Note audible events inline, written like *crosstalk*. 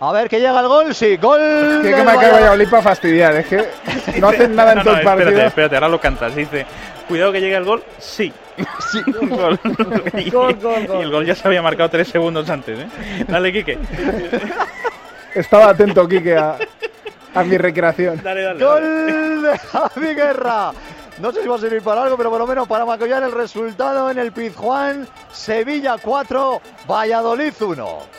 A ver que llega el gol, sí, gol. Es que, del que me acaba Valladolid. Valladolid para fastidiar, es que no hacen nada en No, todo no, el espérate, partido. espérate, ahora lo cantas. Dice, cuidado que llega el gol, sí. *laughs* Sí. gol. y, Gol, gol, gol. *laughs* y el gol ya se había marcado tres segundos antes, ¿eh? Dale, Quique. Estaba atento, Quique, a, a mi recreación. Dale, dale. dale. Gol de Javi Guerra. No sé si va a servir para algo, pero por lo menos para maquillar el resultado en el Pizjuán. Sevilla 4, Valladolid 1.